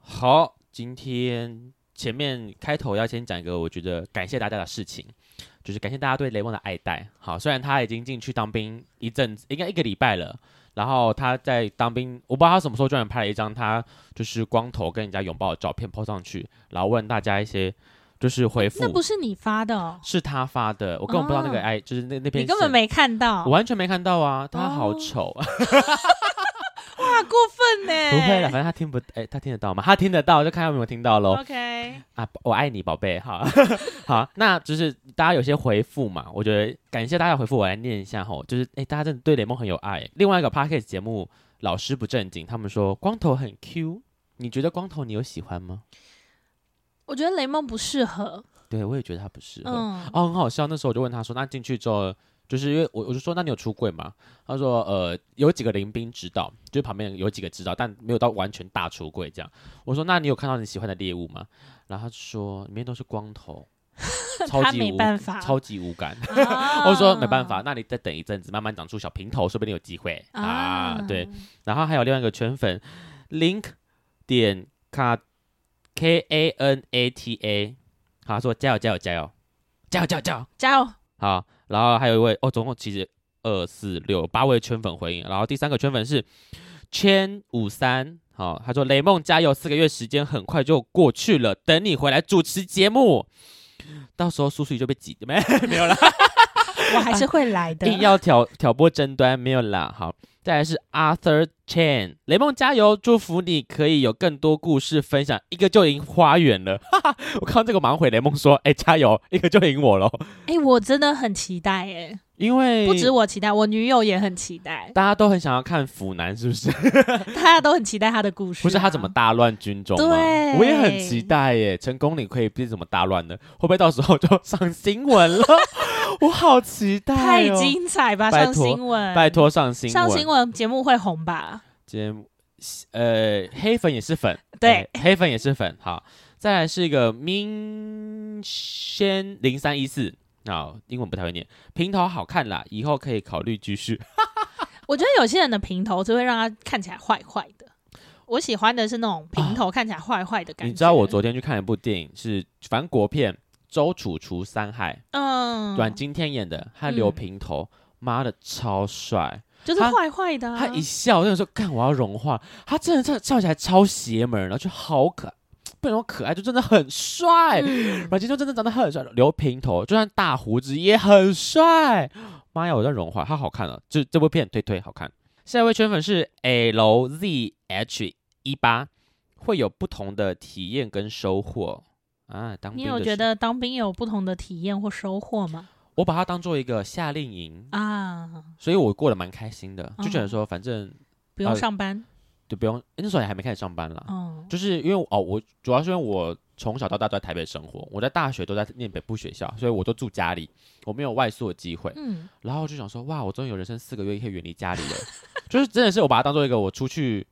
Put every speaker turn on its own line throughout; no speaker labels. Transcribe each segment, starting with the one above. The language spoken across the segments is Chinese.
好，今天前面开头要先讲一个我觉得感谢大家的事情，就是感谢大家对雷梦的爱戴。好，虽然他已经进去当兵一阵子，应该一个礼拜了。然后他在当兵，我不知道他什么时候居然拍了一张他就是光头跟人家拥抱的照片 po 上去，然后问大家一些就是回复
那， 不是你发的哦，
是他发的，我根本不知道那个
哦
爱、就是那那篇
你根本
是，
没看到，
我完全没看到啊，他好
哦
丑，
哇，过分呢！
不会了，反正他听不，哎、他听得到吗？他听得到，就看他有没有听到喽。
OK，
啊，我爱你，宝贝，好， 好，那就是大家有些回复嘛，我觉得感谢大家的回复，我来念一下吼，就是哎、大家真的对雷梦很有爱。另外一个 podcast 节目《老师不正经》，他们说光头很 Q，你觉得光头你有喜欢吗？
我觉得雷梦不适合，
对我也觉得他不适合。
嗯，
哦，很好笑。那时候我就问他说：“那进去之后，就是因为我我就说，那你有出柜吗？”他说：“呃，有几个临兵知道，就是旁边有几个知道，但没有到完全大出柜这样。”我说：“那你有看到你喜欢的猎物吗？”然后他就说：“里面都是光头，超
他
级
没
无
办法
超级无感。”
啊
我说：“没办法，那你再等一阵子，慢慢长出小平头，说不定有机会啊。对，，然后还有另外一个圈粉 link 点卡 k a n a t a，好他说加油加油加油加油加油加油
加油！
好，然后还有一位哦，总共其实二四六八位圈粉回应，然后第三个圈粉是千五三，好，他说雷梦加油，四个月时间很快就过去了，等你回来主持节目，到时候苏苏就被挤没 没有啦。
我还是会来 的。
硬要挑挑拨争端，没有啦。好，再来是 Arthur Chan，雷梦加油，祝福你可以有更多故事分享，一个就赢花园了。哈哈，我看到这个忙回雷梦说，哎、加油，一个就赢我喽。
哎、我真的很期待哎、
因为
不止我期待，我女友也很期待，
大家都很想要看腐男，是不 是？
大家都很期待她的故事、啊
不是他怎么？大乱军中吗？
对
我也很期待耶。成功你可以变怎么大乱呢？会不会到时候就上新闻 了？我好期待、哦，
太精彩吧！
拜
上
托
新闻，
拜，托上新闻，
上新闻节目会红吧？
节目，呃，黑粉也是粉，
对
哎黑粉也是粉。好，再来是一个明轩零三一四，啊，英文不太会念，平头好看啦，以后可以考虑继续。
我觉得有些人的平头就会让他看起来坏坏的。我喜欢的是那种平头看起来坏坏的感觉。
你知道我昨天去看一部电影，是反国片《周楚除三害》，
嗯，
阮经天演的，他留平头，妈的超帅，
就是
他
坏坏的、啊，
他一笑，我就说看我要融化，他真的笑笑起来超邪门，然后就好可爱，不能说可爱，就真的很帅。
嗯
阮经天真的长得很帅，留平头，就算大胡子也很帅。妈呀，我在融化，他好看了，这这部片推推好看。下一位圈粉是 L Z H 一八，会有不同的体验跟收获啊。当
你
兵
有
的
觉
时
得当兵有不同的体验或收获吗？
我把它当做一个夏令营，
啊，
所以我过得蛮开心的，就觉得
哦
说反正
不用
呃啊
上班，
就不用，那时候也还没开始上班啦，
嗯，
就是因为哦，我主要是因为我从小到大都在台北生活，我在大学都在念北部学校，所以我都住家里，我没有外宿的机会。
嗯，
然后我就想说，哇，我终于有人生四个月可以远离家里了，就是真的是我把它当做一个我出去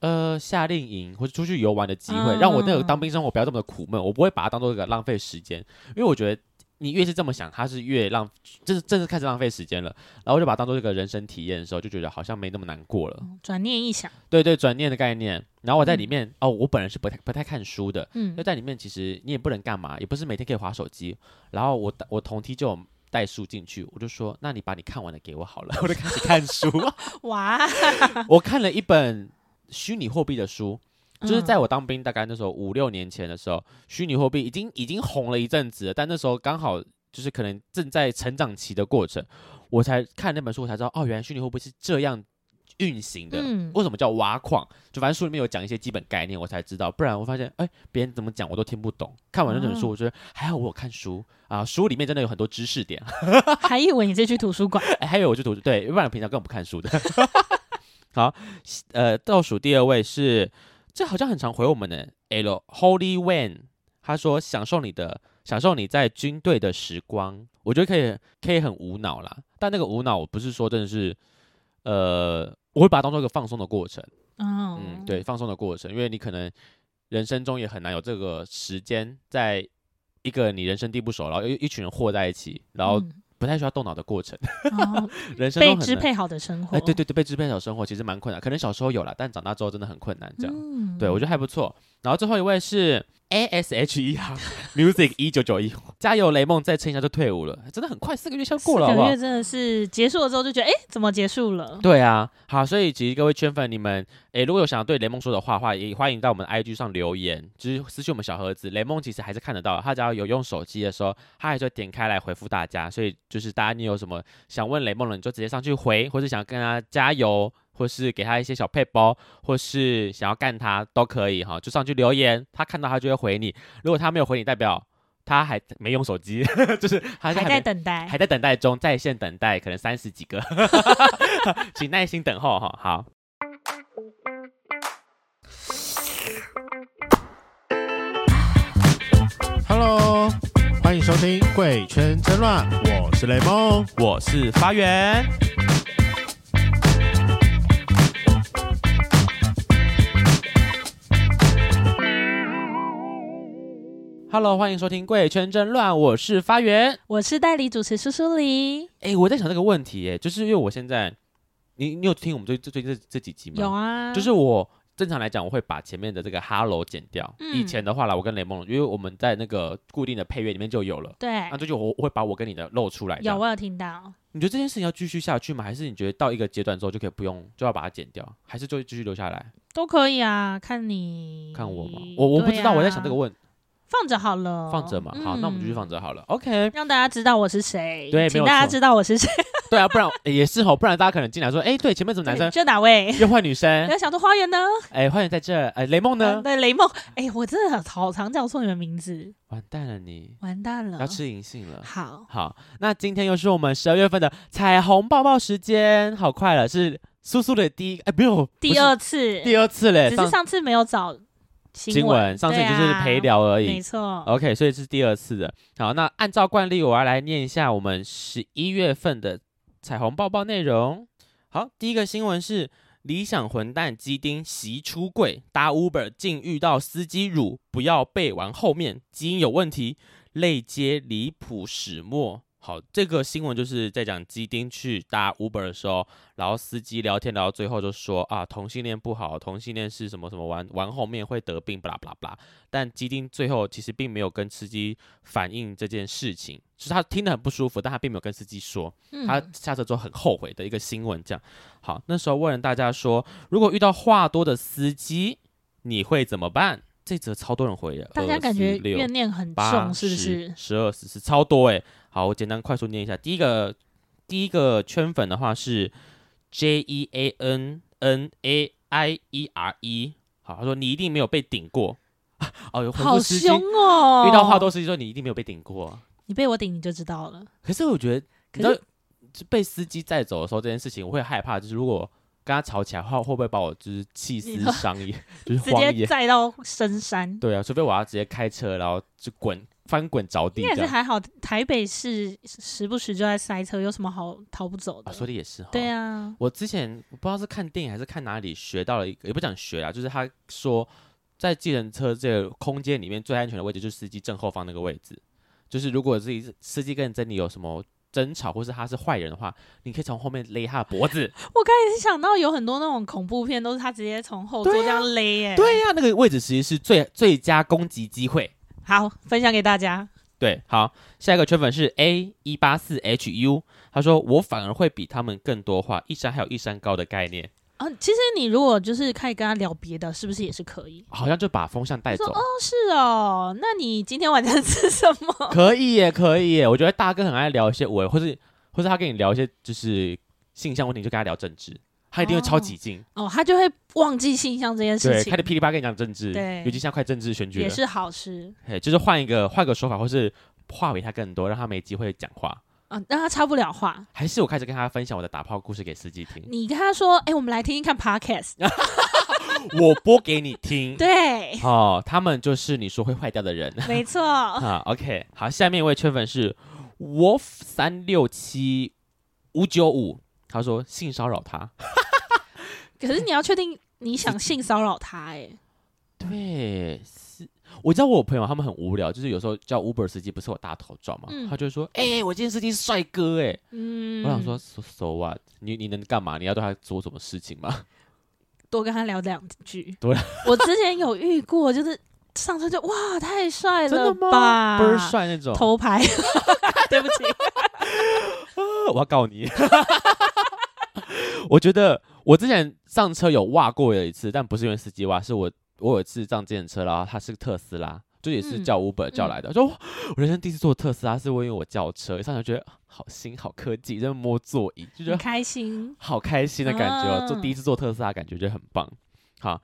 呃夏令营或者出去游玩的机会，让我那个当兵生活不要这么的苦闷，我不会把它当做一个浪费时间，因为我觉得。你越是这么想，它是越浪，就是真是开始浪费时间了。然后我就把它当做一个人生体验的时候，就觉得好像没那么难过了。
转念一想，
对对，转念的概念。然后我在里面、哦，我本人是不太不太看书的，
嗯
就，在里面，其实你也不能干嘛，也不是每天可以划手机。然后我我同梯就有带书进去，我就说：“那你把你看完的给我好了。” 我就开始看书，
哇，
我看了一本虚拟货币的书，
嗯
就是在我当兵大概那时候五六年前的时候，虚拟货币已经已经红了一阵子了，但那时候刚好就是可能正在成长期的过程，我才看那本书，我才知道哦，原来虚拟货币是这样运行的。
嗯
为什么叫挖矿？就反正书里面有讲一些基本概念，我才知道，不然我发现，哎，别人怎么讲我都听不懂。看完那本书，
哦
我觉得还好，我有看书啊，书里面真的有很多知识点。
还以为你是去图书馆，
哎，还有我就读对， 要不然我平常根本不看书的。好，呃，倒数第二位是这好像很常回我们的 L Holy When，他说享受你的享受你在军队的时光，我觉得可以可以很无脑啦，但那个无脑我不是说真的是，呃，我会把它当做一个放松的过程，
哦
嗯，，对，放松的过程，因为你可能人生中也很难有这个时间，在一个你人生地不熟，然后一一群人和在一起，然后
嗯
不太需要动脑的过程，
哦
人生中
被
很
支
难
配好的生活，
哎，对对对，被支配小生活其实蛮困难，可能小时候有啦，但长大之后真的很困难。这样，
嗯
对我觉得还不错。然后最后一位 是 A S H E R Music 一九九一，加油雷梦，再撑一下就退伍了，真的很快，四个月就过了，好
四
不
个
好
月？真的是结束了之后就觉得，哎，怎么结束了？
对啊，好，所以其实各位圈粉，你们诶，如果有想对雷梦说的话的话，也欢迎到我们的 IG 上留言，就是私信我们小盒子。雷梦其实还是看得到，他只要有用手机的时候，他还是会点开来回复大家。所以就是大家你有什么想问雷梦的，你就直接上去回，或是想跟他加油，或是给他一些小配包，或是想要干他都可以哈，就上去留言，他看到他就会回你。如果他没有回你，代表他还没用手机， 就是他
还
现在还
在
没
等待
还，在等待中，在线等待，可能三十几个， 请耐心等候哈。好，
Hello，欢迎收听《贵圈争乱》，我是雷梦。
我是发源。Hello，欢迎收听《贵圈争乱》，我是发源。
我是代理主持苏苏黎，
哎，我在想这个问题，哎，就是因为我现在，你你有听我们最最最近这这几集吗？
有啊，
就是我正常来讲，我会把前面的这个 hello 剪掉。
嗯
以前的话啦，我跟雷梦，因为我们在那个固定的配乐里面就有了，
对
那、，这就我我会把我跟你的露出来。
哎有，啊我有听到，
你觉得这件事情要继续下去吗？还是你觉得到一个阶段之后就可以不用，就要把它剪掉，还是就继续留下来
都可以啊，看你
看我吗？我我不知道，我在想这个，问，
对啊放着好了，
放着嘛。好，那我们继续放
着，
着好了。OK，
让大家知道我是谁，
对没
请
有
大家
错
知道我是谁，
对啊，不然也是吼，不然大家可能进来说，哎，对，前面怎么男生
就哪位？
又换女生
你？要想说花园呢？
哎，换人在这，哎，雷梦呢？
对，雷梦，哎，我真的好常叫错你们名字，
完蛋了你，
完蛋了
要，吃银杏了。
好。
好，那今天又是我们十二月份的彩虹抱抱时间，好快了，是苏苏的第一，哎，没有，不
第
是
二次，
第二次嘞，
只是上次没有找新
新闻，上次
对
你就是
啊
陪聊而
没
已。哦
错，
OK，所以是第二次的。好，那按照惯例，我要来念一下我们十一月份的彩虹抱抱内容。好，第一个新闻是理想混蛋鸡丁袭出柜，搭 Uber 竟遇到司机辱，不要背完后面基因有问题，类接离谱始末。好，这个新闻就是在讲基丁去搭 Uber 的时候，然后司机聊天聊到最后就说啊，同性恋不好，同性恋是什么什么玩玩后面会得病，不啦不啦不啦。但基丁最后其实并没有跟司机反映这件事情，就是他听得很不舒服，但他并没有跟司机说。他
嗯
下车之后很后悔的一个新闻。这样，好，那时候问了大家说，如果遇到话多的司机，你会怎么办？这则超多人回了，
大家感觉
26
怨念很
八
重，是不是？
十二十四超多哎、好，我简单快速念一下。第一个第一个圈粉的话是 J E A N N A I E R E，好，他说你一定没有被顶过。哦，有回
好
复司机，
凶哦！
遇到话多，司机说你一定没有被顶过。啊
你被我顶你就知道了。
可是我觉得，你知
可
道被司机载走的时候这件事情，我会害怕，就是如果跟他吵起来的话，会不会把我就是气
你
死
说
伤 也，就是
直
荒
接
野？
载到深山，
对啊，除非我要直接开车，然后就滚翻滚着地
应该也
这样。
是还好。台北市时不时就在塞车，有什么好逃不走
啊，哦
的？
说的也是哈。
对啊，
我之前我不知道是看电影还是看哪里学到了一个，也不讲学啊，就是他说在计程车这个空间里面最安全的位置就是司机正后方那个位置，就是如果自己司机跟真你有什么争吵，或是他是坏人的话，你可以从后面勒他的脖子。
我刚才想到有很多那种恐怖片，都是他直接从后座
对啊
这样勒耶。
对呀、那个位置其实是最最佳攻击机会。
好，分享给大家。
对，好，下一个圈粉是 A 一八四 H U，他说我反而会比他们更多话，一山还有一山高的概念，
嗯，其实你如果就是可以跟他聊别的，是不是也是可以？
好像就把风向带走。
哦，是哦，那你今天晚餐吃什么？
可以耶，可以耶，我觉得大哥很爱聊一些我，或是或是他跟你聊一些就是性向问题，你就跟他聊政治，他一定会超起劲，
哦，他就会忘记性向这件事
对，
情
开，始噼里啪啦跟你讲政治，
对
尤其现在快政治选举
也
了，
是好事
嘿就是换一个换个说法，或是话给他更多，让他没机会讲话。
啊，让他插不了话。
还是我
嗯
开始跟他分享我的打炮故事给司机听，
你跟他说，哎、我们来听听看 podcast，
我播给你听。
对，
哦，他们就是你说会坏掉的人
没 错，
啊。OK，好，下面一位圈粉是 Wolf 三六七五九五，他说性骚扰他。
可是你要确定你想性骚扰他、哎，
对，是。我知道我有朋友他们很无聊，就是有时候叫 Uber 司机不是有大头照嘛，
嗯
他就会说：“哎、我今天司机是帅哥哎、
嗯，
我想说，so so what？你你能干嘛？你要对他做什么事情吗？
多跟他聊两句。
多，
我之前有遇过，就是上车就哇太帅
真的
了
吗？
吧，
倍儿帅哦那种。
偷拍，对不起，
呃我要告你。 我觉得我之前上车有哇过有一次，但不是因为司机哇，是我我有一次上电车，然后它是特斯拉，就也是
嗯
叫 Uber 叫来的。说哇我人生第一次坐特斯拉，是因为我叫车，一上来就觉得好新好科技，在摸座椅就觉得
很开心。
好开心的感觉哦。坐
啊
第一次坐特斯拉，感觉就很棒。好，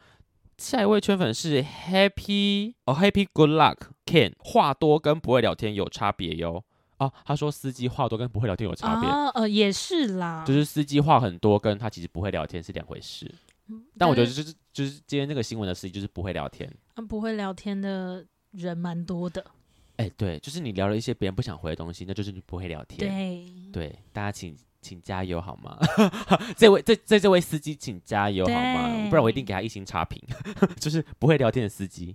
下一位圈粉是 Happy 哦，Happy Good Luck Ken，话多跟不会聊天有差别哟。哦，他说司机话多跟不会聊天有差别。
啊，呃，也是啦，
就是司机话很多，跟他其实不会聊天是两回事。
嗯，
但我觉得
是
就是就是今天这个新闻的司机就是不会聊天。
啊不会聊天的人蛮多的，
哎，对，就是你聊了一些别人不想回的东西，那就是你不会聊天。
对，
对，大家请请加油好吗？ 这位这这这位司机请加油好吗？
对
不然我一定给他一星差评。 就是不会聊天的司机。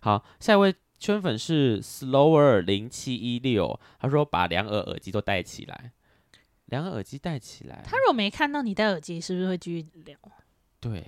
好，下一位圈粉是 Slower 零七一六，他说把两耳耳机都戴起来，两耳耳机戴起来。
他如果没看到你戴耳机，是不是会继续聊？
对，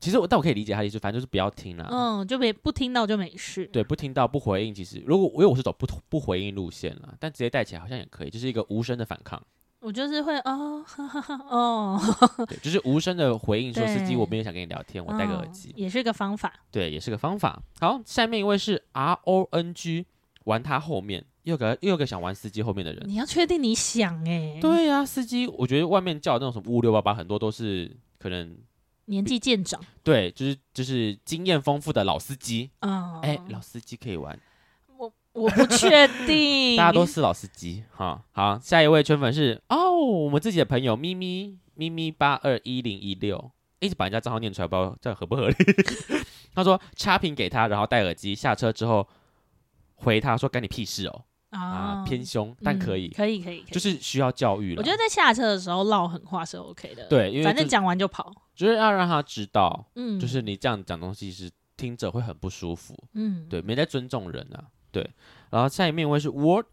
其实我但我可以理解他的意思，反正就是不要听啦。
嗯，就没不听到就没事。
啊对，不听到不回应，其实如果因为我是走不不回应路线啦，但直接带起来好像也可以，就是一个无声的反抗，
我就是会哦，哈哈哈哦，
对，就是无声的回应说
对
司机我没有想跟你聊天，我戴个耳机
嗯，也是个方法。
对，也是个方法。好，下面一位是 R O N G，玩他后面，又有个又有个想玩司机后面的人。
你要确定你想哎、
对呀、司机，我觉得外面叫的那种什么五六八八，很多都是可能
年纪渐长，
对，就是就是经验丰富的老司机。
嗯，
哎、老司机可以玩，
我我不 确定，
大家都是老司机哈。好，下一位圈粉是哦，我们自己的朋友咪咪咪咪八二一零一六，一直把人家账号念出来，不知道这合不合理。 他说差评给他，然后戴耳机下车之后回他说干你屁事哦啊，
啊
偏凶，但
嗯
可以，
可以可以，可以
就是需要教育了。
我觉得在下车的时候唠狠话是 OK 的，，
对，因为
反
就
正讲完就跑，
就是要让他知道，
嗯，
就是你这样讲东西是听着会很不舒服。
嗯，
对，没在尊重人啊。对，然后下一面位是 Word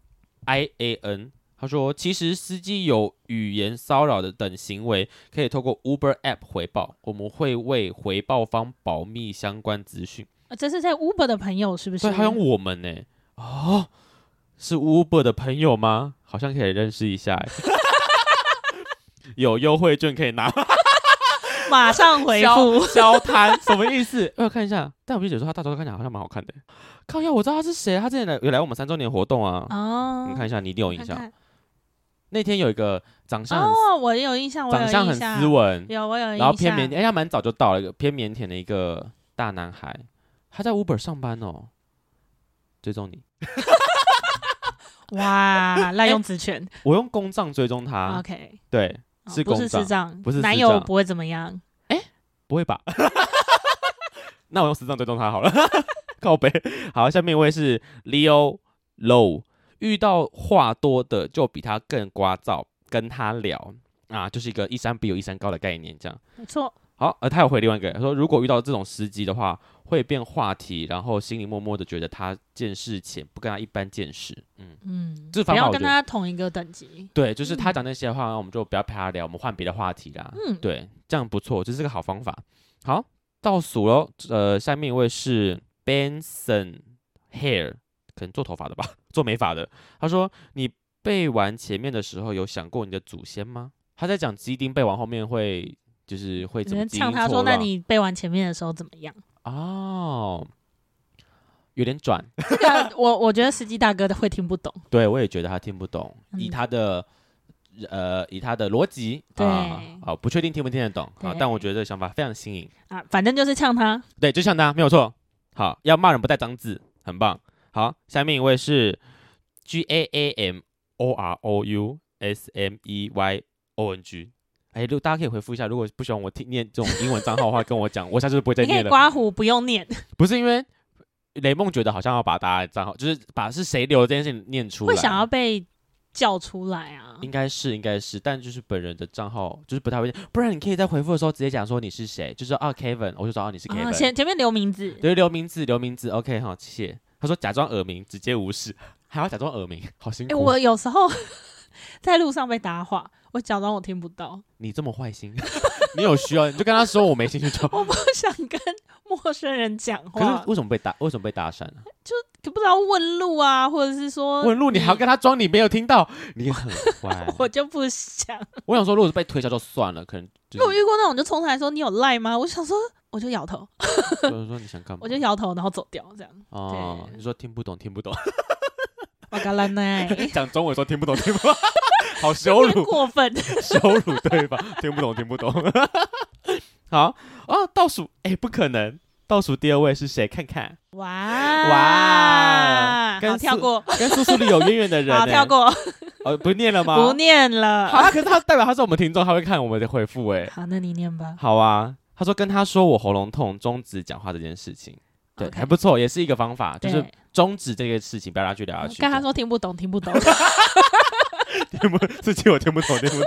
I A N，他说其实司机有语言骚扰的等行为，可以透过 Uber App 回报，我们会为回报方保密相关资讯。
呃，这是在 Uber 的朋友是不是？
对，还有 我们呢、哦，是 Uber 的朋友吗？好像可以认识一 下欸、有优惠券可以拿，
马上回
消
复，
消摊什么意思？哎我看一下，但我不姐说她大头看起来好像蛮好看的、靠呀，我知道她是谁，她之前来有来我们三周年活动啊。
哦，
你看一下，你一定有
我
印
看
象。
看
那天有一个长相很、
哦，我有印象，我有
长
印
相
象，
很斯文，
有我有印象，
然后偏腼腆，哎，他蛮早就到了，一个偏腼腆的一个大男孩，他在 Uber 上班哦。追踪你，
哇， 滥用职权
我用公账追踪他，
，OK，
对，
哦
啊是
不
公
是
账
智障，
不是智
男友
障
不会怎么样，
不会吧？ 那我用私账追踪他好了， 靠背。好，下面一位是 Leo Low，遇到话多的就比他更聒噪，跟他聊啊，就是一个一山比有一山高的概念，这样。
没错，
好，呃，他有回另外一个，他说如果遇到这种司机的话，会变话题，然后心里默默的觉得他见识浅，不跟他一般见识。嗯，
嗯，
这
不
方法
要
我
跟
觉得
他同一个等级，
对，就是他
嗯
讲那些话，我们就不要陪他聊，我们换别的话题啦。
嗯，
啊对，这样不错，这是个好方法。好，倒数喽，呃，下面一位是 Benson Hair，可能做头发的吧，做美发的。他说：“你背完前面的时候，有想过你的祖先吗？”他在讲鸡丁背完后面会就是会
只
怎么
能
基
呛
因
他
错
说：“那
乱
你背完前面的时候怎么样
哦，有点转，？”
这个我我觉得司机大哥会听不懂。
对我也觉得他听不懂，以
嗯
他的呃以他的逻辑，
对
啊，啊不确定听不听得懂啊，但我
对
觉得这个想法非常新颖，
啊，反正就是呛他。
对，就像他没有错，好，要骂人不带脏字，很棒。好，下面一位是 G A A M O R O U S M E Y O N G，哎，如大家可以回复一下，如果不喜欢我听念这种英文账号的话，跟我讲，我下次就不会再
你可以
念了。
刮胡不用念，
不是因为雷梦觉得好像要把大家的账号，就是把是谁留的这件事情念出来，
会想要被叫出来啊。
应该是应该是，但就是本人的账号就是不太会念，不然你可以在回复的时候直接讲说你是谁，就是啊 Kevin，我就说啊你是
啊，
Kevin，、
前前面留名字，
对，留名字留名字，OK 好，谢谢。他说假装耳鸣，直接无视， 还要假装耳鸣，好辛
哎，
苦。
我有时候 在路上被搭话，我假装我听不到，
你这么坏心， 你有需要你就跟他说我没兴趣就。
我不想跟陌生人讲
可
话
是，为什么被搭？为什么被搭讪呢、
可不知道问路啊，或者是说
问路你还要跟他装你没有听到，你很坏。
我就不想。
我想说，如果是被推销就算了，可能就
因为我
是
遇过那种就冲上来说你有赖吗？我想说我就摇头，
就是说你想干嘛？
我就摇头，然后走掉这样。
哦，
对
你说听不懂，听不懂，
我嘎啦 奈，
讲中文说听不懂，听不懂， 好羞
有点
辱，
过分。
羞辱对方，听不懂，听不懂。 好啊，倒数，哎，不可能，倒数第二位是谁？看看，
哇
哇跟
好跳
苏
过，
跟苏苏里有渊源的人， 欸
好跳，过，
呃，不念了吗？
不念了。
啊，可是他代表他是我们听众，他会看我们的回复，哎，
好，那你念吧。
好啊。他说跟他说我喉咙痛，终止讲话这件事情，对
OK
还不错，也是一个方法，就是
对
终止这个事情，不要让他去聊下
我
去。这
跟他
样
说听不懂，听 不懂。
听不，自己我听不懂，听不懂。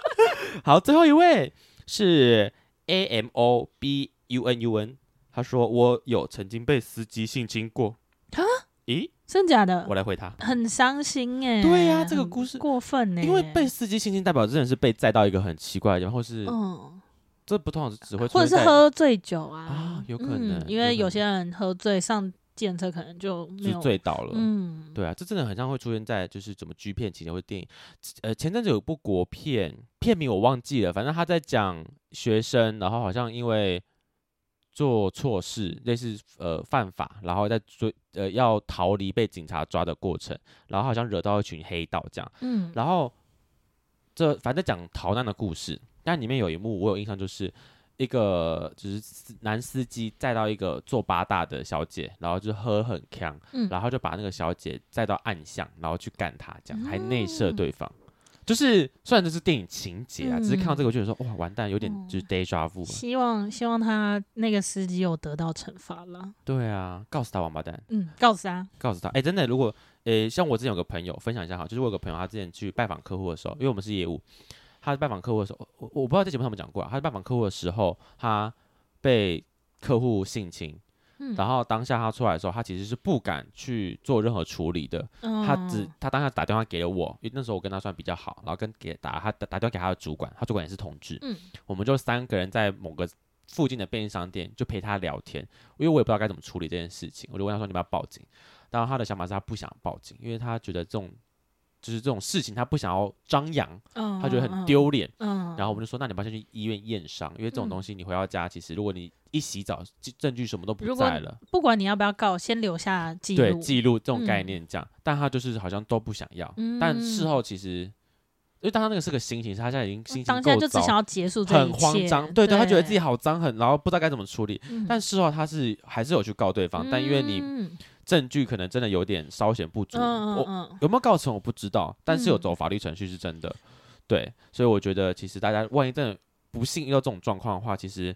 好，最后一位是 A M O B U N U N，他说我有曾经被司机性侵过。
啊？
咦，
真假的
我？来回他，
很伤心哎、
对呀这个
很
故事
过分呢、
因为被司机性侵代表真的是被载到一个很奇怪的地方，或是
嗯，
这不通常是只会出
或者
现
是
在
喝醉酒啊，
啊有可能
嗯因
有可
为
能
有些人喝醉上电车可能就没
就是
有，
醉倒了。
嗯，
对啊，这真的很像会出现在就是怎么剧片情节或者电影。呃，前阵子有部国片，片名我忘记了，反正他在讲学生，然后好像因为做错事，类似呃犯法，然后在追呃要逃离被警察抓的过程，然后好像惹到一群黑道这样，
嗯，
然后这反正讲逃难的故事，但里面有一幕我有印象，就是一个就是司男司机载到一个做八大的小姐，然后就喝很呛，
嗯
然后就把那个小姐载到暗巷，然后去干她，这样还内射对方。就是虽然这是电影情节啊，只是看
嗯
到这个我就觉得说哇完蛋，有点就是
哦
啊 day d r a v
希望希望他那个司机有得到惩罚啦。
对啊，告诉他王八蛋，
嗯，告诉他，
告诉他，哎、真的，如果，呃、像我之前有个朋友分享一下哈，就是我有个朋友，他之前去拜访客户的时候，因为我们是业务，他拜访客户的时候，我我不知道在节目上有没有讲过、啊，他拜访客户的时候，他被客户性侵，
嗯，
然后当下他出来的时候，他其实是不敢去做任何处理的，
嗯
他只他当下打电话给了我，因为那时候我跟他算比较好，然后跟给打他打打电话给他的主管，他主管也是同志，
嗯
我们就三个人在某个附近的便利商店就陪他聊天，因为我也不知道该怎么处理这件事情，我就问他说你要不要报警，当然他的想法是他不想报警，因为他觉得这种就是这种事情他不想要张扬，
嗯，
他觉得很丢脸，
嗯，嗯，
然后我们就说那你要不要先去医院验伤，因为这种
嗯
东西你回到家其实如果你一洗澡证证据什么都不
如果
在了。
不管你要不要告，先留下记
对
录，
记录这种概
嗯
念这样，但他就是好像都不想要，但事
嗯
后其实，因为当他那个是个心情，是他现在已经心情
当下
够
就只
糟
想要结束这一
很
切，
慌张，对对，他觉得自己好脏，很然后不知道该怎么处理，
嗯，
但事后他是还是有去告对方，但因为你
嗯
证据可能真的有点稍显不足，
嗯
我
嗯
有没有告成我不知道，但是有
嗯
走法律程序是真的，对，所以我觉得其实大家万一真的不幸遇到这种状况的话，其实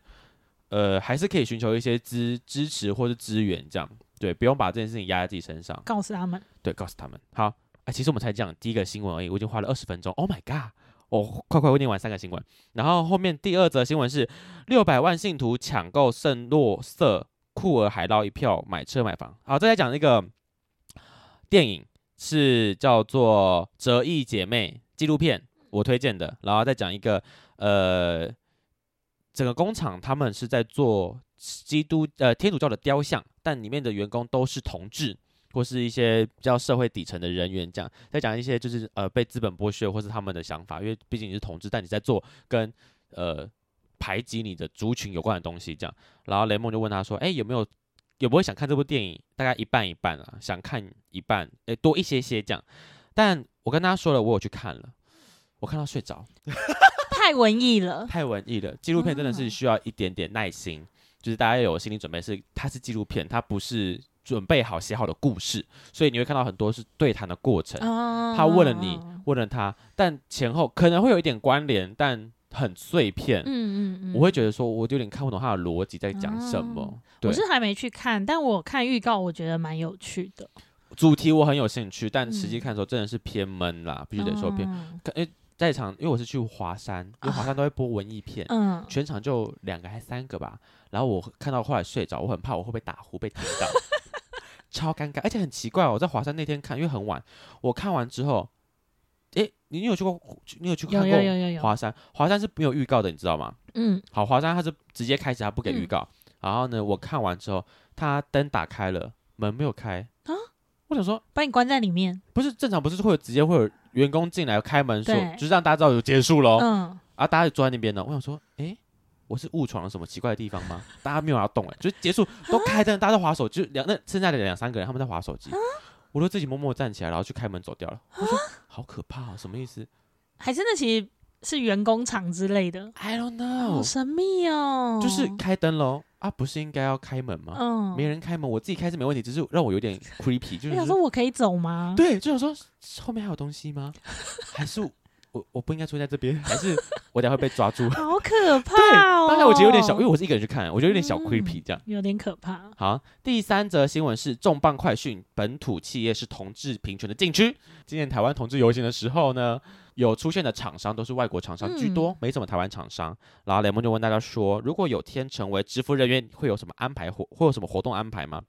呃还是可以寻求一些支支持或是支援，这样对，不用把这件事情压在自己身上，
告诉他们，
对，告诉他们好。哎、其实我们才讲第一个新闻而已，我已经花了二十分钟。Oh my god！我、快快我念完三个新闻，然后后面第二则新闻是六百万信徒抢购圣洛瑟库尔海捞一票买车买房。好，再来讲一个电影，是叫做《折翼姐妹》纪录片，我推荐的。然后再讲一个，呃，整个工厂他们是在做基督呃天主教的雕像，但里面的员工都是同志。或是一些比较社会底层的人员，这样再讲一些就是呃被资本剥削或是他们的想法，因为毕竟你是同志，但你在做跟呃排挤你的族群有关的东西，这样。然后雷蒙就问他说：“哎、有没有有没有想看这部电影？大概一半一半啊，想看一半，哎、多一些些这样。”但我跟他说了，我有去看了，我看到睡着，
太文艺了，
太文艺了。纪录片真的是
哦
需要一点点耐心，就是大家要有心理准备是，它是纪录片，它不是准备好写好的故事，所以你会看到很多是对谈的过程。
啊
他问了你，问了他，但前后可能会有一点关联，但很碎片，
嗯嗯嗯，
我会觉得说我有点看不懂他的逻辑在讲什么。
哦
对
我，是还没去看，但我看预告，我觉得蛮有趣的。
主题我很有兴趣，但
嗯
实际看的时候真的是偏闷啦，必须得说偏。
嗯
可因为在场，因为我是去华山，因为
啊
华山都会播文艺片，
嗯，
全场就两个还三个吧。然后我看到后来睡着，我很怕我会被打呼被听到， 超尴尬。而且很奇怪哦，我在华山那天看，因为很晚，我看完之后，诶，你你有去过？你有去看
有
过
有有有有，
华山？华山是没有预告的，你知道吗？
嗯
好，华山它是直接开始，它不给预告。然后呢，我看完之后，它灯打开了，门没有开
啊。
我想说，
把你关在里面，
不是正常，不是会有直接会有员工进来开门说，
对
就是让大家知道有结束喽。
嗯，
啊，大家就坐在那边呢。我想说，诶，我是误闯了什么奇怪的地方吗？大家没有要动哎、就是结束都开灯，大家在划手机，就两那剩下的两三个人他们在划手
啊
机，我都自己默默站起来，然后去开门走掉了。我说好可怕、啊，什么意思
还真的其实是员工厂之类的，
？I don't
好
know，、
神秘哦。
就是开灯喽啊，不是应该要开门吗？
嗯，
没人开门，我自己开是没问题，只是让我有 点 creepy，就是
我哎想说
说
我可以走吗？
对，就想说后面还有东西吗？还是我我不应该出现在这边？还是我等下会被抓住？
好可
对，
怕哦。
当然我觉得有点小，因为我是一个人去看，我觉得有点小
嗯
creepy 这样。
有点可怕。
好，第三则新闻是重磅快讯，本土企业是同志平权的禁区。今年台湾同志游行的时候呢，有出现的厂商都是外国厂商居多，
嗯
没什么台湾厂商。然后雷蒙就问大家说，如果有天成为职服人员，会有什么安排活，会有什么活动安排吗？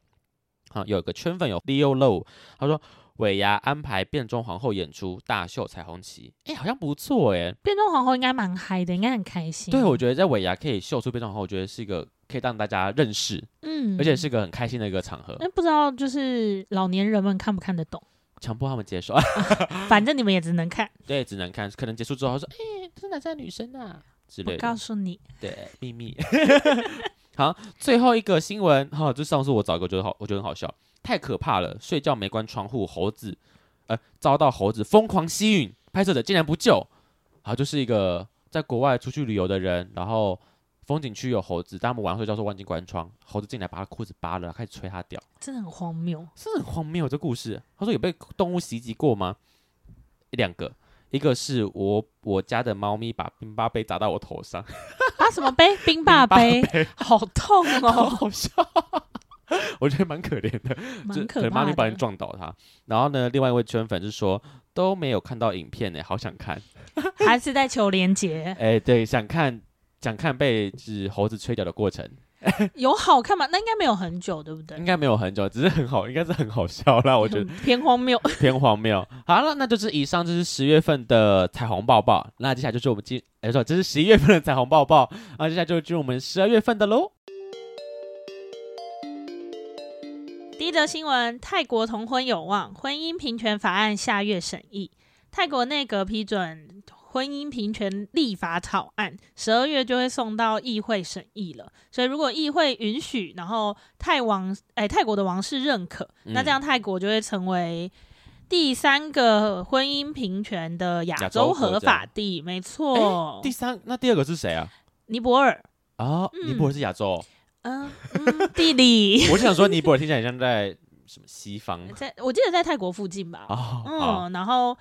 好，有个圈粉有 Leo Low，他说尾牙安排变装皇后演出，大秀彩虹旗，哎，好像不错哎。
变装皇后应该蛮嗨的，应该很开心。
对，我觉得在尾牙可以秀出变装皇后，我觉得是一个可以让大家认识，
嗯，
而且是个很开心的一个场合，
那不知道就是老年人们看不看得懂，
强迫他们接受。
反正你们也只能看。
对，只能看，可能结束之后他说，哎、这是哪家女生啊之
我
类
告
的，
诉你，
对，秘密。 好，最后一个新闻哈、就上次我找一个，觉得好，我觉得很好笑，太可怕了，睡觉没关窗户，猴子，呃，遭到猴子疯狂吸引，拍摄者竟然不救，好，就是一个在国外出去旅游的人，然后风景区有猴子，但他们晚上睡觉的时候忘记关窗，猴子进来把他裤子扒了，开始吹他屌，
真的很荒谬。
是很荒谬这故事。他说有被动物袭击过吗？两个，一个是我我家的猫咪把冰巴杯砸到我头上，
啊，什么 杯？冰霸杯，好痛
好
哦，
好笑，我觉得蛮可怜的，就
蛮
可
可
能
怕
猫咪
的。
把你撞倒它。然后呢，另外一位圈粉是说都没有看到影片欸呢、好想 看，
还是在求连结，
哎、对，想看想看被只猴子吹掉的过程，
有好看吗？那应该没有很久，对不
应
对？
该没有很久，只是很好，应该是很好笑啦，我觉得。
偏荒谬。
偏荒谬。好了，那就是以上就是十月份的彩虹抱抱。那接下来就是我们今，哎、错，这是十一月份的彩虹抱抱。那接下来就进入我们十二月份的喽。
第一则新闻：泰国同婚有望，婚姻平权法案下月审议。泰国内阁批准婚姻平权立法草案，十二月就会送到议会审议了。所以，如果议会允许，然后泰王哎、泰国的王室认可，
嗯
那这样泰国就会成为第三个婚姻平权的亚
亚洲
洲
国家
合法地。没错，
第三，那第二个是谁啊？
尼泊尔。
啊，
嗯
尼泊尔是亚洲哦、
嗯，嗯 地理，
我是想说尼泊尔听起来像在什么西方
在我记得在泰国附近吧。
啊？好，
嗯，然后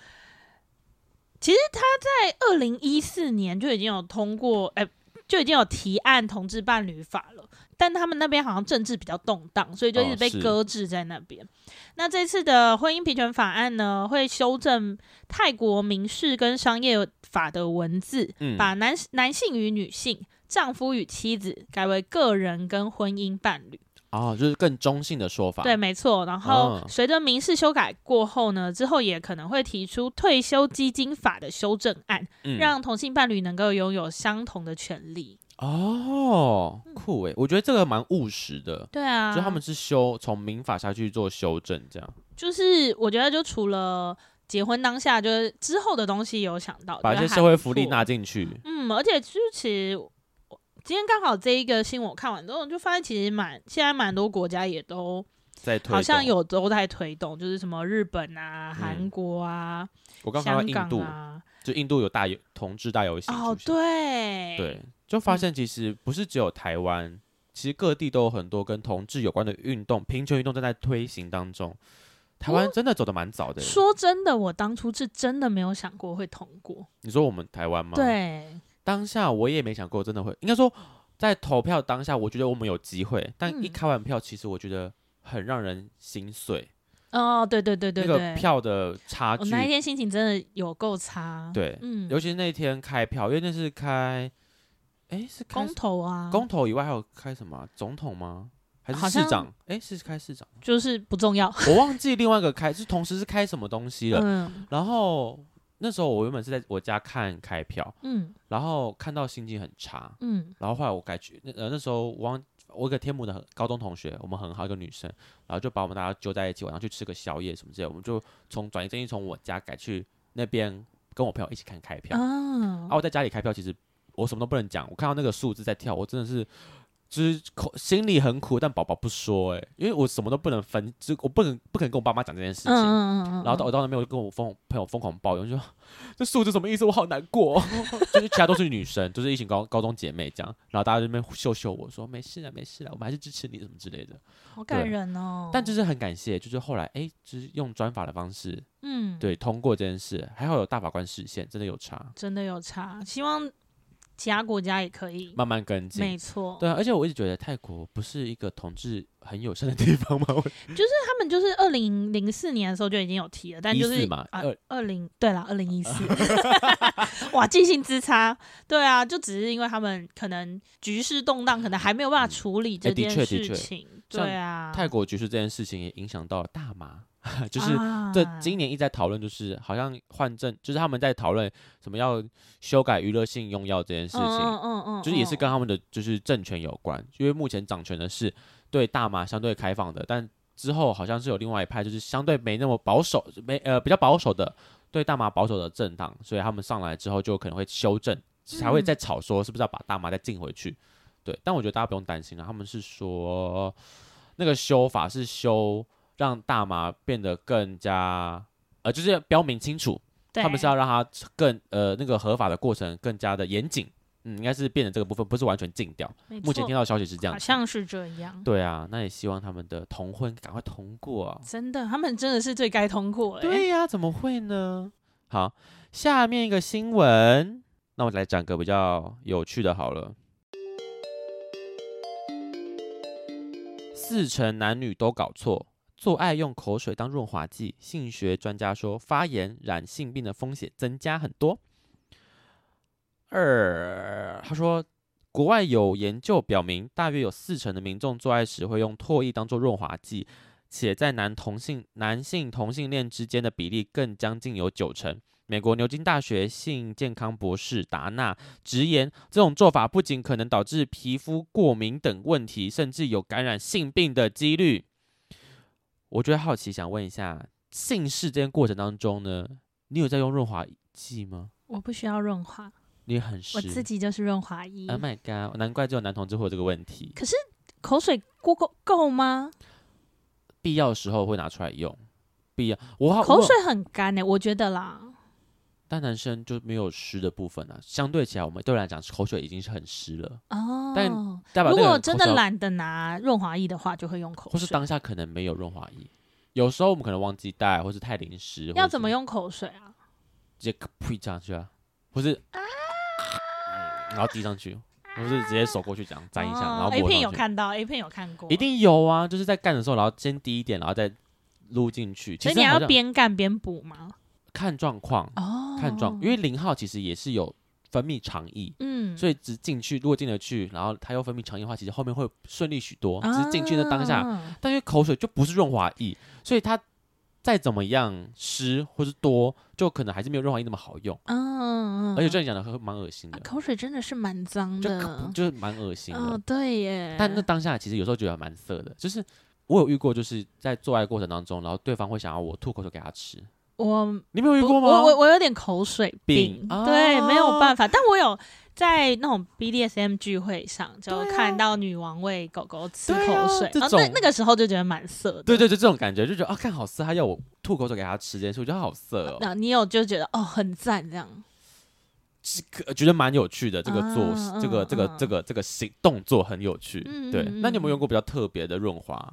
其实他在二零一四年就已经有通过，哎、就已经有提案同志伴侣法了，但他们那边好像政治比较动荡，所以就一直
哦
被
是
搁置在那边。那这次的婚姻平权法案呢，会修正泰国民事跟商业法的文字，
嗯，
把男男性与女性、丈夫与妻子改为个人跟婚姻伴侣。
哦，就是更中性的说法。
对，，没错。然后
哦
随着民事修改过后呢，之后也可能会提出退休基金法的修正案，
嗯，
让同性伴侣能够拥有相同的权利。
哦，酷诶，我觉得这个蛮务实的。
对啊，
就他们是修从民法下去做修正，这样
就是我觉得就除了结婚当下，就是之后的东西有想到，
把一
觉得
些
还
社会
不
福利
错
纳进去。
嗯，而且就是其实我今天刚好这一个新闻我看完之后，我就发现其实蛮现在蛮多国家也都
再推
好像
动，
有都在推动，就是什么日本啊、韩
嗯
国啊、
我刚看到
香
印
港
度，
啊，
就印度有大游同志大游行
哦
出现
对
对，就发
嗯
现其实不是只有台湾，其实各地都有很多跟同志有关的运动，平权运动正在推行当中。台
哦
湾真的走得蛮早的耶，
说真的，我当初是真的没有想过会通过。
你说我们台湾吗？，
对，
当下我也没想过真的会，应该说在投票当下，我觉得我们有机会，但一
嗯
开完票，其实我觉得很让人心碎，
哦，对对对对
那个
对，
票的差
我
距，
那一天心情真的有够差。，
对，
嗯，
尤其是那天开票，因为那是开，哎，是开
公投啊，
公投以外还有开什么啊总统吗？还
好
是
像
市长？哎，是开市长，
就是不重要。
我忘记另外一个开是同时是开什么东西了。
嗯
然后那时候我原本是在我家看开票，
嗯
然后看到心情很差，
嗯
然后后来我改去那呃那时候我忘我有个天母的高中同学，我们很好一个女生，然后就把我们大家揪在一起，晚上去吃个宵夜什么之类的，我们就从转移阵地从我家改去那边跟我朋友一起看开票。
啊
啊，，我在家里开票，其实我什么都不能讲，我看到那个数字在跳，我真的是。就是口心里很苦，但宝宝不说哎、欸因为我什么都不能分，就我不能不可能跟我爸妈讲这件事情。
嗯嗯，
然后到我到那边，我就跟我疯朋友疯狂抱怨，就说这数字什么意思？我好难过哦、 就是其他都是女生，就是一群高高中姐妹这样，然后大家就在那边秀秀我说没事啊，没事啊，我们还是支持你什么之类的。
好感人哦。
但就是很感谢，就是后来哎、就是用专法的方式
嗯，
对通过这件事，还好有大法官视线，真的有差，
真的有差，希望其他国家也可以。
慢慢跟进。
没错，
对啊，而且我一直觉得泰国不是一个统治很友善的地方吗？我
他们就是二零零四年的时候就已经有提 了，但就
14
是
嘛呃
啊
二
二零对啦，二 零一四，哇，记性之差，对啊，就只是因为他们可能局势动荡，可能还没有办法
嗯
处理
哎
这
的
件
确的
事
确
情，
像
对啊，
泰国局势这件事情也影响到了大麻， 就是
啊
这今年一直在讨论，就是好像换证，就是他们在讨论什么要修改娱乐性用药这件事情，
嗯嗯嗯嗯，
就是也是
嗯
跟他们的就是政权有关，因为目前掌权的是对大麻相对开放的，但之后好像是有另外一派就是相对没那么保守，没呃比较保守的对大麻保守的政党，所以他们上来之后就可能会修正，才会
嗯
再吵说是不是要把大麻再进回去。对，但我觉得大家不用担心了，啊他们是说那个修法是修让大麻变得更加呃，就是要标明清楚，
嗯对
他们是要让它更呃那个合法的过程更加的严谨，嗯，应该是变成这个部分，不是完全禁掉。
没
目前
错
听到的消息是这样
好
子，
像是这样，
对啊，那也希望他们的同婚赶快通过啊。
真的，他们真的是最该通过、欸，
对呀、怎么会呢？好，下面一个新闻，那我来讲个比较有趣的好了。四成男女都搞错，做爱用口水当润滑剂，性学专家说发炎染性病的风险增加很多。二，他说，国外有研究表明，大约有四成的民众做爱时会用唾液当做润滑剂，且在男同性男性同性恋之间的比例更将近有九成。美国牛津大学性健康博士达纳直言，这种做法不仅可能导致皮肤过敏等问题，甚至有感染性病的几率。我觉得好奇，想问一下，性事这件过程当中呢，你有在用润滑剂吗？
我不需要润滑，
你很湿
我自己就是润滑液。
Oh my god！难怪只有男同志会有这个问题，
可是口水够够够吗？
必要的时候会拿出来用。必要，啊我好
口
我
水很干呢、我觉得啦。
但男生就没有湿的部分啊，相对起来，我们对我来讲，口水已经是很湿了。
哦，
但代表
如
那个
果
人
真
口水
的
要，
懒得拿润滑液的话，就会用口
或是
水。
当下可能没有润滑液，有时候我们可能忘记带，或是太临时，
要怎么
用？
用口水啊？
直接呸上去啊，或是、嗯然后滴上去，或是直接手过去这样沾一下，然后
哦 A
抹上
片有
去。
看到，A 片有看过，
一。定有啊，就是在干的时候，然后先滴一点，然后再撸进去。其
所以
实
你
好
要
像
边干边补吗？
看状况，
哦，
看状，因为零号其实也是有分泌肠液，
嗯，
所
以
以只进去，如果进得去，然后它又分泌肠液的话，其实后面会顺利许多。
啊
只是进去的当下，
嗯
但因为口水就不是润滑液，所以它再怎么样湿或是多，就可能还是没有润滑液那么好用。
嗯，嗯，
而且这样讲的很蛮恶心
啊
的，
口水真的是蛮脏
就
的，
就是蛮恶心的。
哦，对耶。
但那当下其实有时候觉得蛮色的，就是我有遇过，就是在做爱过程当中，然后对方会想要我吐口水给他吃，
我
你没有遇
不
过吗？
我我我有点口水病，
病
对，
哦
没有办法。但我有在那种 BDSM 聚会上，就看到女王喂狗狗吃
啊对啊
口水，
这
然后
种
那那个时候就觉得蛮色的。
对对对，这种感觉就觉得啊，看好色，他要我吐口水给他吃这件事，我觉得好色哦，
那你有就觉得哦很赞这样，
是可觉得蛮有趣的。这个做、
啊
这个这个
嗯
这个这个行动作很有趣，
嗯
对。
嗯
那你有没有
嗯
用过比较特别的润滑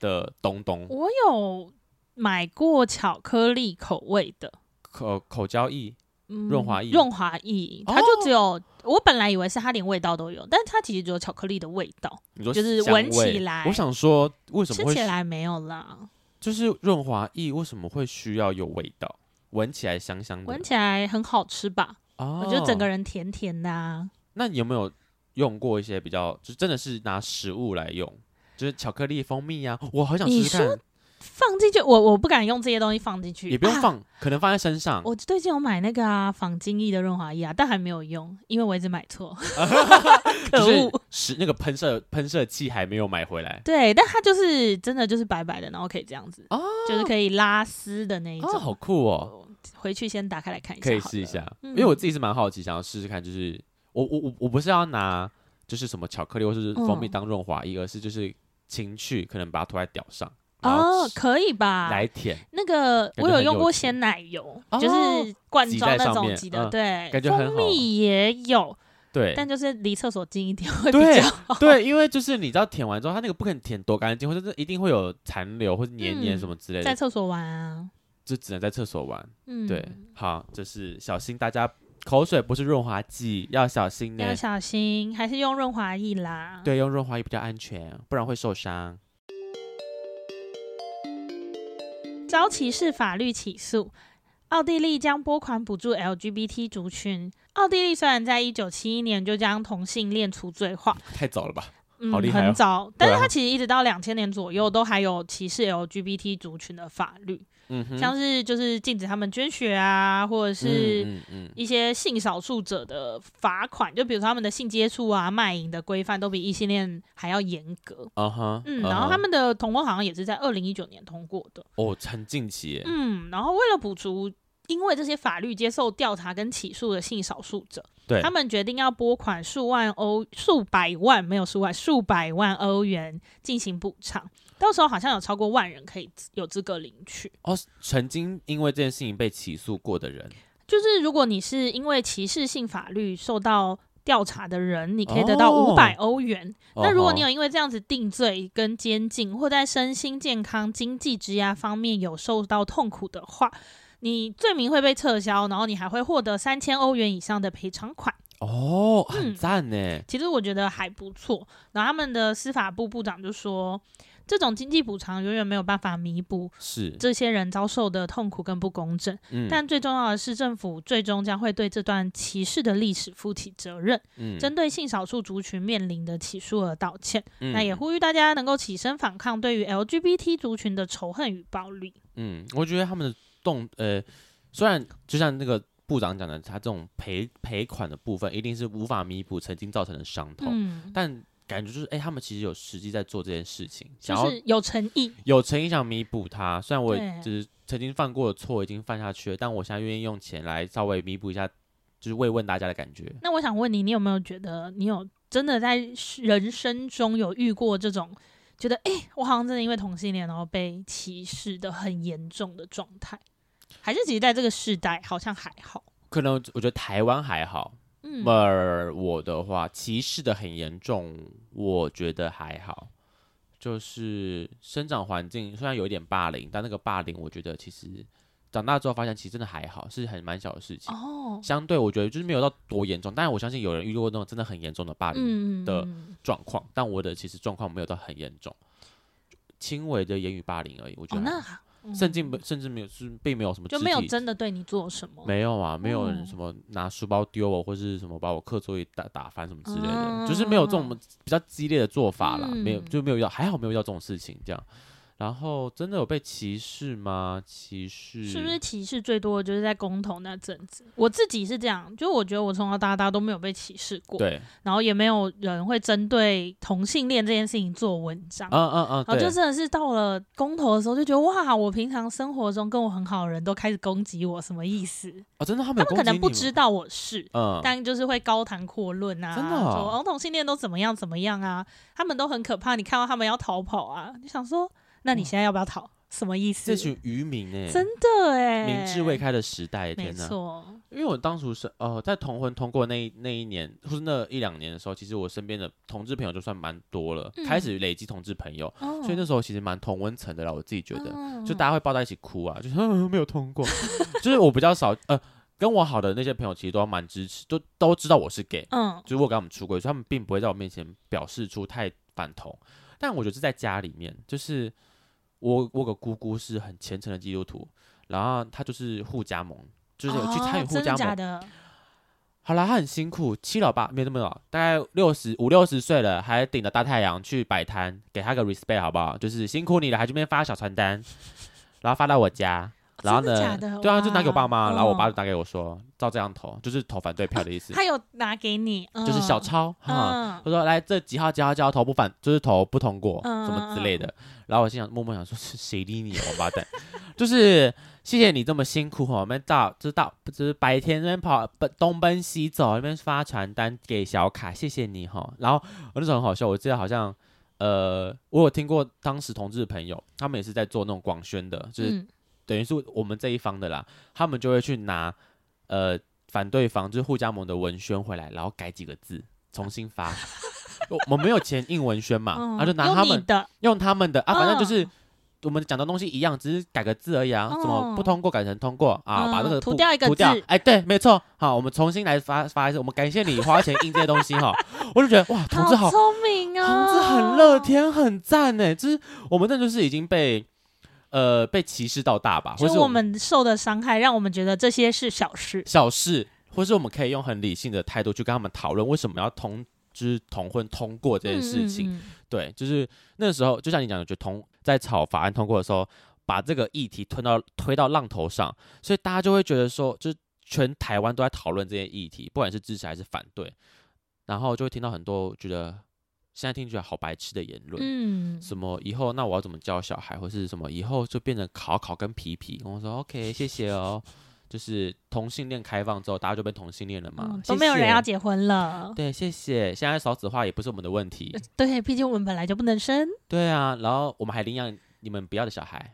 的东东？
我有买过巧克力口味的，
口口交液
嗯
润滑液哦
润滑液，它就只有、我本来以为是它连味道都有，但它其实只有巧克力的味道，
你说
就是
香
闻起
味
来
我想说为什
吃
么会嗯
起来没有啦，
就是润滑液为什么会需要有味道？闻起来香香的，
闻起来很好吃吧？
哦
我觉得整个。人甜甜的、啊，
那你有没有用过一些比较，就真的是拿食物来用，就是巧克力、蜂蜜啊？我好想试
你
试看，
放进去我我不敢用这些东西放进去，
也不用
啊
放，可能放在身上。
我最近有买那个啊仿精益的润滑液啊，但还没有用，因为我一直买错， 可
就是
恶。
使那个喷射喷射器还没有买回来
对，但它就是真的就是白白的，然后可以这样子，就是可以拉丝的那一种。
哦，好酷哦，
我回去先打开来看一下，
可以试一。下，
嗯
因为我自己是蛮好奇，想要试试看，就是我我我我不是要拿就是什么巧克力或是蜂蜜
嗯
当润滑液，而是就是情趣，可能把它涂在屌上，然后
哦，可以吧？
来舔，
那个
感
我
觉
有
很
用
有
过
趣
鲜奶油，
哦
就是罐
挤
装
在
那
上
种
面
挤的，
嗯
对，
感觉很
蜂
好
蜜也有，
对，
但就是哦离厕所近一点会比
对
较 好。
对，因为就是你知道舔完之后，它那个不肯舔多干净，或者是一定会有残留或者黏黏
嗯
什么之类的，
在厕所玩啊，
就只能在厕所玩。
嗯，
对，好，就是小心大家口水不是润滑剂，要小心呢
要。小心，还是用润滑液啦。
对，用润滑液比较安全，不然会受伤。
遭歧视法律起诉，奥地利将拨款补助 LGBT 族群。奥地利虽然在一九七一年就将同性恋除罪化，
太早了吧？
嗯，
好厉害哦
很早，但是
对啊
它其实一直到两千年左右都还有歧视 LGBT 族群的法律，
嗯哼，
像是就是禁止他们捐血啊，或者是
嗯嗯嗯
一些性少数者的罚款，就比如说他们的性接触啊、卖淫的规范都比异性恋还要严格。
啊哈，
嗯，
啊
然后
哈
他们的同婚好像也是在二零一九年通过的。
哦，很近期耶，
嗯，然后为了补足因为这些法律接受调查跟起诉的性少数者，
对
他们决定要拨款数万欧、数百万没有数万、数百万欧元进行补偿。到时候好像有超过万人可以有资格领取。
哦，曾经因为这件事情被起诉过的人，
就是如果你是因为歧视性法律受到调查的人，你可以得到
哦
五百欧元。那如果你
哦
有因为这样子定罪跟监禁，或在身心健康、经济、职涯方面有受到痛苦的话，你罪名会被撤销，然后你还会获得三千欧元以上的赔偿款。
哦，很
嗯
赞呢，
其实我觉得还不错。然后他们的司法部部长就说，这种经济补偿永远没有办法弥补
是，
这些人遭受的痛苦跟不公正，
嗯
但最重要的是，政府最终将会对这段歧视的历史负起责任，
嗯
针对性少数族群面临的起诉而道歉。
嗯
那也呼吁大家能够起身反抗对于 LGBT 族群的仇恨与暴力。
嗯，我觉得他们的动呃，虽然就像那个部长讲的，他这种赔赔款的部分一定是无法弥补曾经造成的伤痛，
嗯，
但感觉就是哎、他们其实有实际在做这件事情，
就
想要
是有诚意。
有诚意想弥补它。虽然我
对
就是曾经犯过的错已经犯下去了，但我现在愿意用钱来稍微弥补一下，就是慰问大家的感觉。
那我想问你，你有没有觉得你有真的在人生中有遇过这种觉得，哎、我好像真的因为同性恋然后被歧视的很严重的状态？还是其实在这个世代好像还好？
可能我觉得台湾还好，
嗯，
而我的话，歧视的很严重，我觉得还好。就是生长环境虽然有一点霸凌，但那个霸凌，我觉得其实长大之后发现，其实真的还好，是很蛮小的事情。
哦，
相对我觉得就是没有到多严重，但是我相信有人遇到过那种真的很严重的霸凌
嗯
的
嗯
状况，但我的其实状况没有到很严重，轻微的言语霸凌而已。我觉
哦，
得还
那
好、
还嗯
啊甚至没甚至没有是并没有什么
就
肢
没有
体
真的对你做什么。
没有啊，没有人
哦
什么拿书包丢我，或是什么把我课桌椅打打翻什么之类的，就是没有这种
嗯
比较激烈的做法啦，没有
嗯
就没有遇到，还好没有遇到这种事情这样。然后真的有被歧视吗？歧视
是不是歧视最多的就是在公投那阵子？我自己是这样，就我觉得我从小到大都没有被歧视过，
对，
然后也没有人会针对同性恋这件事情做文章。
嗯嗯 嗯，
然后
对，
就真的是到了公投的时候，就觉得哇，我平常生活中跟我很好的人都开始攻击我，什么意思？
哦，真的他
他
们有
们可能
攻
不
击你
知
吗，
道我是，
嗯，
但就是会高谈阔论啊，
真的哦
说哦同性恋都怎么样怎么样啊，他们都很可怕，你看到他们要逃跑啊，你想说，那你现在要不要逃？什么意思
这？群渔民哎、
真的哎，
民智未开的时代，
没
天哪！
错，
因为我当初是呃，在同婚通过那一那一年或是那一两年的时候，其实我身边的同志朋友就算蛮多了，
嗯
开始累积同志朋友，
哦
所以那时候其实蛮同温层的啦。我自己觉得，
哦
嗯 就大家会抱在一起哭啊，就是没有通过，就是我比较少呃。跟我好的那些朋友其实都蛮支持，都都知道我是 gay，
嗯
就是我跟他们出轨，所以他们并不会在我面前表示出太反同。但我觉得是在家里面，就是我我有个姑姑是很虔诚的基督徒，然后她就是互加盟，就是有去参与
哦
互
真的
加盟。
假的？
好啦，她很辛苦，七老八没有那么老，大概六十五六十岁了，还顶着大太阳去摆摊，给她个 respect 好不好？就是辛苦你了，还这边发小传单，然后发到我家。然后
哦真
呢
的假？的
对啊，就拿给我爸
哇
妈，然后我爸
嗯
就打给我说，照这样投，就是投反对票的意思，
他有拿给你，嗯
就是小抄哈。
嗯
他说来这几号几号几号投不反，就是投不通过、
嗯
什么之类的。然后我心想，默默想说，是谁理你啊，王八蛋！就是谢谢你这么辛苦哈，哦我们到就是到就是白天那边跑奔东奔西走，那边发传单给小卡，谢谢你哈。然后我那时候很好笑，我记得好像呃，我有听过当时同志的朋友，他们也是在做那种广宣的，就是
嗯
等于是我们这一方的啦，他们就会去拿呃反对方就是互加盟的文宣回来，然后改几个字，重新 发。我我们没有钱印文宣嘛，
嗯
啊他、就拿
用
他
你
们
的，
用他们的啊，反正就是
嗯
我们讲的东西一样，只是改个字而已啊，
嗯
什么不通过改成通过啊，
嗯
把那个
涂
不
掉一个
涂掉
字，
哎，对，没错，好，我们重新来发发一次，我们感谢你花钱印这些东西哈， 我就觉得哇，同志好
聪明啊，
同志很乐，天，很赞呢。就是我们那就是已经被呃被歧视到大吧，或
就是我们受的伤害，让我们觉得这些是小事。
小事，或是我们可以用很理性的态度去跟他们讨论为什么要同就是同婚通过这件事情。
嗯，嗯
对，就是那时候就像你讲的，就同在吵法案通过的时候，把这个议题推到推到浪头上，所以大家就会觉得说，就是全台湾都在讨论这些议题，不管是支持还是反对，然后就会听到很多觉得现在听起来好白痴的言论。
嗯，
什么以后那我要怎么教小孩，或是什么以后就变成考考跟皮皮。我说 OK，谢谢哦。就是同性恋开放之后，大家就变同性恋了嘛，
嗯
谢
都没有人要
谢
结婚了。
对，谢谢。现在少子化也不是我们的问题
呃，对，毕竟我们本来就不 能生。
对啊。然后我们还领养你们不要的小孩，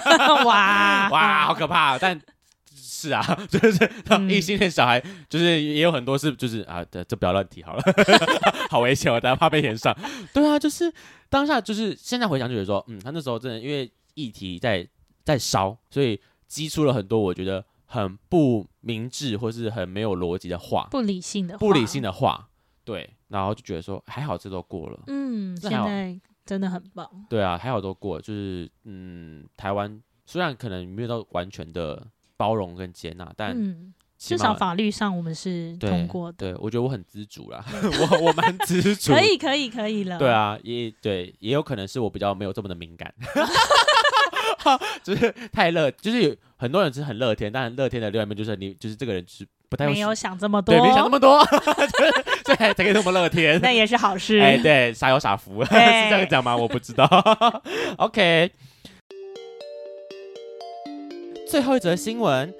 哇
哇，好可怕！哦但是啊， 就是
嗯
异性恋小孩，就是也有很多是，就是啊，这这不要乱提好了， 好危险哦，大家怕被延上。对啊，就是当下，就是现在回想就觉得说，嗯，他那时候真的因为议题在在烧，所以激出了很多我觉得很不明智或是很没有逻辑的话，
不理性的，
不理性
的，
的话，对，然后就觉得说还好这都过了，
嗯，
那
现
还好
在真的很棒。
对啊，还好都过了，就是嗯，台湾虽然可能没有到完全的包容跟接纳，但
嗯，
哎起
至
码
少法律上我们是
对
通过的，嗯
对，我觉得我很知足啦，我我蛮知足。
可。以，可以，可以了。
对，啊，也对，也有可能是我比较没有这么的敏 感，就是太乐，就是有很多人是很乐天，但乐天的另外一面就是你，就是这个人是不太会
没有想这么多
对，，没想那么多， 就是所以才才可以这么乐天。
那也是好事。
哎，对，傻有傻福，是
哎
这样讲吗？我不知道。OK，最后一则新闻：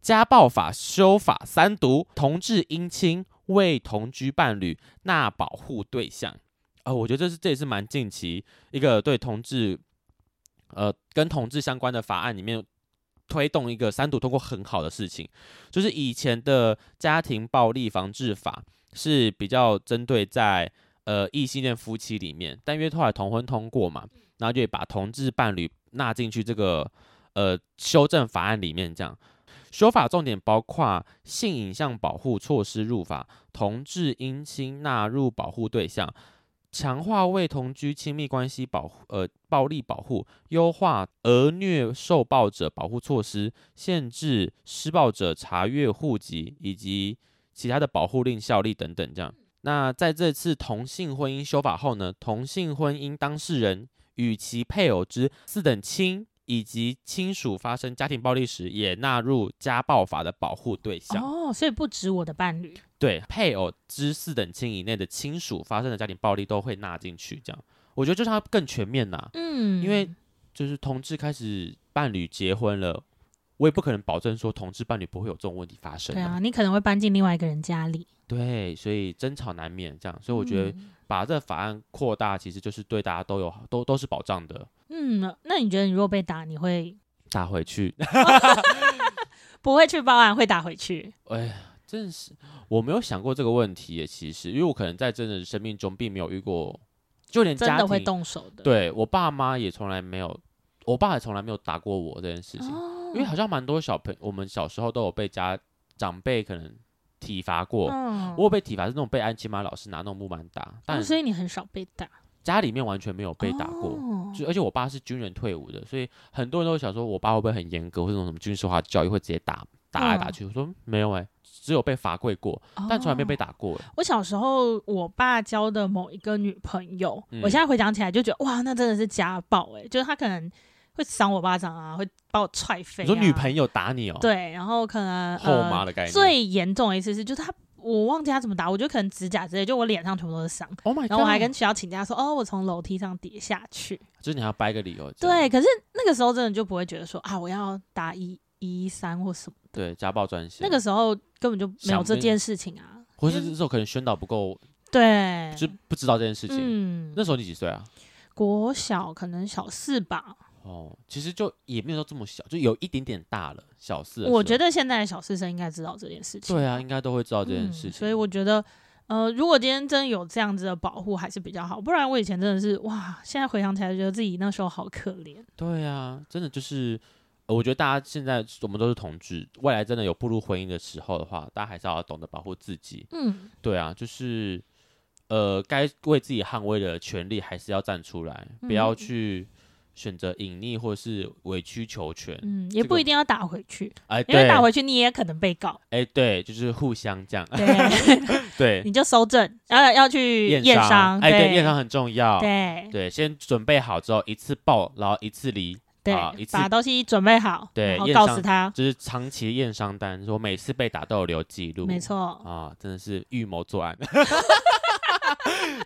家暴法修法三读，同志姻亲为同居伴侣纳保护对象。呃，我觉得这是这也是蛮近期一个对同志，呃，跟同志相关的法案里面推动一个三读通过很好的事情，就是以前的家庭暴力防治法是比较针对在呃异性恋夫妻里面，但因为后来同婚通过嘛，然后就也把同志伴侣纳进去这个呃修正法案里面，这样修法重点包括性影像保护措施入法，同志姻亲纳入保护对象。强化为同居亲密关系保护呃暴力保护，优化儿虐受暴者保护措施，限制施暴者查阅户籍以及其他的保护令效力等等这样。那在这次同性婚姻修法后呢，同性婚姻当事人与其配偶之四等亲以及亲属发生家庭暴力时，也纳入家暴法的保护对象。
哦，所以不止我的伴侣，
对，配偶之四等亲以内的亲属发生的家庭暴力都会纳进去。这样，我觉得就是它更全面呐、
嗯，
因为就是同志开始伴侣结婚了，我也不可能保证说同志伴侣不会有这种问题发生、
对啊，你可能会搬进另外一个人家里，
对，所以争吵难免这样，所以我觉得。
嗯
把这法案扩大，其实就是对大家都有都都是保障的。
嗯，那你觉得你如果被打，你会
打回去，
不会去报案，会打回去？
哎呀，真是我没有想过这个问题耶。其实，因为我可能在真的生命中并没有遇过，就连
真
家
的会
庭，
动手的。，
对我爸妈也从来没有，我爸也从来没有打过我这件事情。
哦
因为好像蛮多小朋我们小时候都有被家长辈可能体罚过，
嗯，
我有被体罚是那种被安亲妈老师拿那种木板打，但
哦所以你很少被打，
家里面完全没有被打过。
哦
就而且我爸是军人退伍的，所以很多人都会想说，我爸会不会很严格，或者那种什么军事化教育，会直接打打来
嗯
打去。我说没有哎、只有被罚跪过，但从来没被
哦
打过欸、
我小时候，我爸交的某一个女朋友，
嗯
我现在回想起来就觉得，哇，那真的是家暴哎、就是他可能会赏我巴掌啊，会把我踹飞、啊。
你说女朋友打你哦、
对，然后可能
后妈的概
呃、
念。
最严重的一次是，就是他我忘记他怎么打，我觉得可能指甲之类，就我脸上全部都是伤。
，Oh my god！
然后我还跟学校请假说，哦，我从楼梯上跌下去。
就是你还要掰个理由。这样
对，可是那个时候真的就不会觉得说啊，我要打一一三或什么，
对，家暴专线。
那个时候根本就没有
想
这
不
件事情啊。
或
因
是
为
这时候可能宣导不够，
对，
就不知道这件事情。
嗯
那时候你几岁啊？
国小可能小四吧，
哦，其实就也没有到这么小，就有一点点大了，小四。
我觉
得
得现在的小四生应该知道这件事情。
啊对啊，应该都会知道
嗯，
这件事情。
所以我觉得，呃，如果今天真的有这样子的保护，还是比较好。不然我以前真的是哇，现在回想起来觉得自己那时候好可怜。
对啊，真的就是，呃我觉得大家现在我们都是同志，未来真的有步入婚姻的时候的话，大家还是要懂得保护自己。
嗯，
对啊，就是呃，该为自己捍卫的权利还是要站出来，不要
嗯
去选择隐匿或是委曲求全。
嗯，也
这
不
个
一定要打回去，
哎，
因为
对，
打回去你也可能 被告。
哎，对，就是互相这样。
对，
对
你，就搜证，要要去验
伤，哎，对，
对，
验伤很重要。
对
对，先准备好之后，一次报，然后一次离，好一
对，
次
把东西准备好，
对
然后
验
告
伤
诉他，
就是长期验伤单。我每次被打都有留记录。
没错，
啊，真的是预谋作案。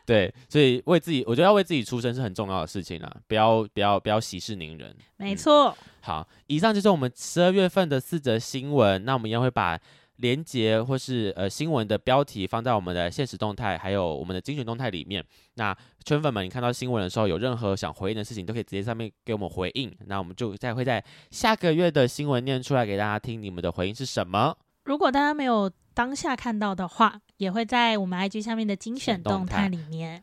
对，所以为自己，我觉得要为自己出声是很重要的事情啊，不要不要不要息事宁人。
没
嗯
错，
好，以上就是我们十二月份的四则新闻。那我们一样会把连结或是呃新闻的标题放在我们的现实动态，还有我们的精选动态里面。那圈粉们，你看到新闻的时候，有任何想回应的事情，都可以直接上面给我们回应。那我们就再会在下个月的新闻念出来给大家听，你们的回应是什么？
如果大家没有当下看到的话，也会在我们 IG 下面的精选动态里面。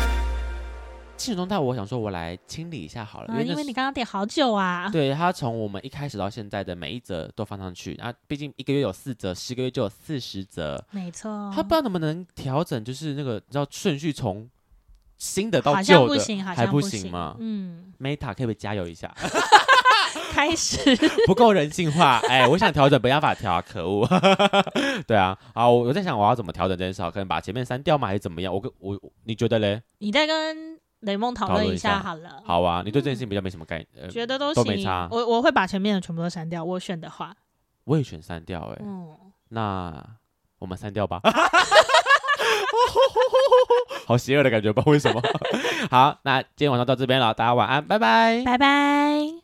现实动态，我想说，我来清理一下好了，
啊，因
那
为你
是
刚刚点好久啊，
对它从我们一开始到现在的每一则都放上去，啊，毕竟一个月有四则，十个月就有四十则，
没错，
它不知道能不能调整，就是那个你知道顺序从新的到
好像
旧
不
的
行，好
还
像不
行吗
嗯，
？Meta 可不可以加油一下？
开始，
不够人性化，哎，我想调整，没办法调、啊，可恶。 对啊，好，我我在想我要怎么调整这件事，可能把前面删掉吗，还是怎么样？我跟我我你觉得嘞？
你再跟雷梦讨
讨
论
论一
一下
下
好了。
好啊，你对这件事情比较没什么概念，呃，
嗯觉得都
都
行，
没差
我我会把前面的全部都删掉。我选的话，
我也选删掉、哎、
嗯，
那我们删掉吧。 好邪 恶的感觉，不知道为什么。好，那今天晚上到这边了，大家晚安，拜拜。
拜拜。